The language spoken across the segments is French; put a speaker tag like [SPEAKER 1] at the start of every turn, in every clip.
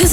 [SPEAKER 1] this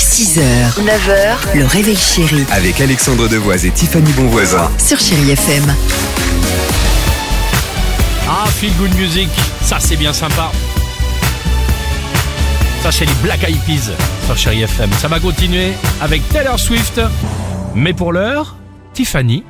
[SPEAKER 2] 6h, 9h, le réveil chéri
[SPEAKER 3] avec Alexandre Devoise et Tiffany Bonvoisin.
[SPEAKER 2] sur Chérie FM.
[SPEAKER 4] Ah, feel good music, ça c'est bien sympa. Ça c'est les Black Eyed Peas sur Chéri FM. Ça va continuer avec Taylor Swift. Mais pour l'heure, Tiffany,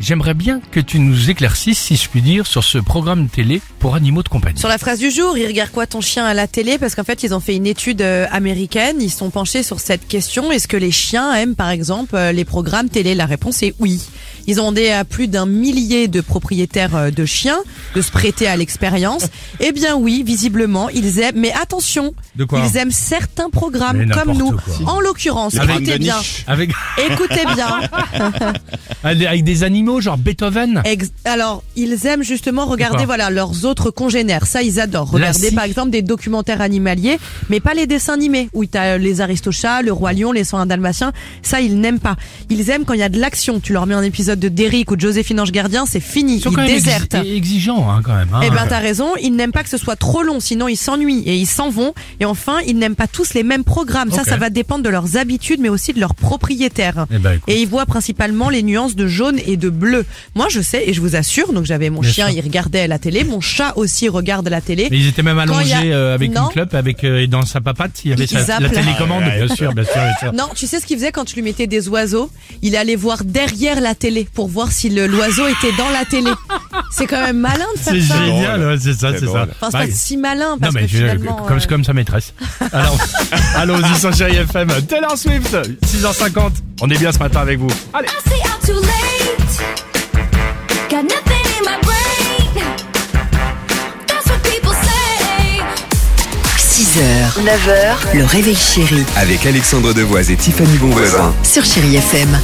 [SPEAKER 4] j'aimerais bien que tu nous éclaircisses, si je puis dire, sur ce programme télé pour animaux de compagnie.
[SPEAKER 5] Sur la phrase du jour, ils regardent quoi ton chien à la télé Parce qu'en fait, ils ont fait une étude euh, américaine. Ils sont penchés sur cette question. Est-ce que les chiens aiment, par exemple, euh, les programmes télé La réponse est oui. Ils ont demandé à plus d'un millier de propriétaires euh, de chiens de se prêter à l'expérience. Eh bien oui, visiblement, ils aiment. Mais attention,
[SPEAKER 4] De quoi
[SPEAKER 5] ils aiment certains programmes
[SPEAKER 4] Mais
[SPEAKER 5] comme
[SPEAKER 4] n'importe
[SPEAKER 5] nous.
[SPEAKER 4] quoi.
[SPEAKER 5] En l'occurrence,
[SPEAKER 4] Avec-
[SPEAKER 5] écoutez bien,
[SPEAKER 4] Avec,
[SPEAKER 5] écoutez bien.
[SPEAKER 4] avec des animaux, genre Beethoven.
[SPEAKER 5] Ex- Alors, ils aiment justement regarder
[SPEAKER 4] D'accord.
[SPEAKER 5] voilà leurs autres congénères. Ça, ils adorent. Regarder
[SPEAKER 4] Lassie.
[SPEAKER 5] par exemple des documentaires animaliers, mais pas les dessins animés où t'as euh, les Aristochats, le roi lion, les 101 dalmatiens. Ça, ils n'aiment pas. Ils aiment quand il y a de l'action. Tu leur mets un épisode de Derrick ou de Joséphine Ange Gardien, c'est fini.
[SPEAKER 4] Ils sont
[SPEAKER 5] Ils
[SPEAKER 4] quand même exi-
[SPEAKER 5] désertent.
[SPEAKER 4] exigeants, hein, quand même. hein.
[SPEAKER 5] Eh ben t'as raison, ils n'aiment pas que ce soit trop long, sinon ils s'ennuient et ils s'en vont. Et enfin, ils n'aiment pas tous les mêmes programmes. Ça,
[SPEAKER 4] Ok.
[SPEAKER 5] ça va dépendre de leurs habitudes, mais aussi de leurs propriétaires.
[SPEAKER 4] Eh ben, écoute.
[SPEAKER 5] Et ils voient principalement les nuances de jaune et de bleu. Moi, je sais et je vous assure, donc j'avais mon
[SPEAKER 4] Bien
[SPEAKER 5] chien,
[SPEAKER 4] sûr.
[SPEAKER 5] il regardait la télé, mon chat aussi regarde la télé.
[SPEAKER 4] Mais ils étaient même
[SPEAKER 5] Quand il y a-
[SPEAKER 4] allongés euh, avec
[SPEAKER 5] Non.
[SPEAKER 4] une clope, avec euh, et dans sa papate, il y avait
[SPEAKER 5] Ils
[SPEAKER 4] sa- la
[SPEAKER 5] zappent.
[SPEAKER 4] télécommande, bien sûr, bien sûr, bien sûr.
[SPEAKER 5] Non, tu sais ce qu'il faisait quand tu lui mettais des oiseaux Il allait voir derrière la télé pour voir si le- l'oiseau était dans la télé. C'est quand même malin de faire
[SPEAKER 4] C'est
[SPEAKER 5] ça.
[SPEAKER 4] génial, ouais, c'est ça, c'est ça.
[SPEAKER 5] Enfin, c'est
[SPEAKER 4] Bah,
[SPEAKER 5] pas si malin
[SPEAKER 4] non
[SPEAKER 5] parce
[SPEAKER 4] mais
[SPEAKER 5] que
[SPEAKER 4] je-
[SPEAKER 5] finalement.
[SPEAKER 4] comme,
[SPEAKER 5] euh,
[SPEAKER 4] comme sa maîtresse. Alors, allons-y sur Chéri FM. Taylor Swift, 6h50. On est bien ce matin avec vous. Allez.
[SPEAKER 6] stay out too late. Got nothing in my brain. That's what people say.
[SPEAKER 2] 6h, 9h, le réveil chéri
[SPEAKER 3] Avec Alexandre Devoise et Tiffany Bonvoisin.
[SPEAKER 2] sur Chérie FM.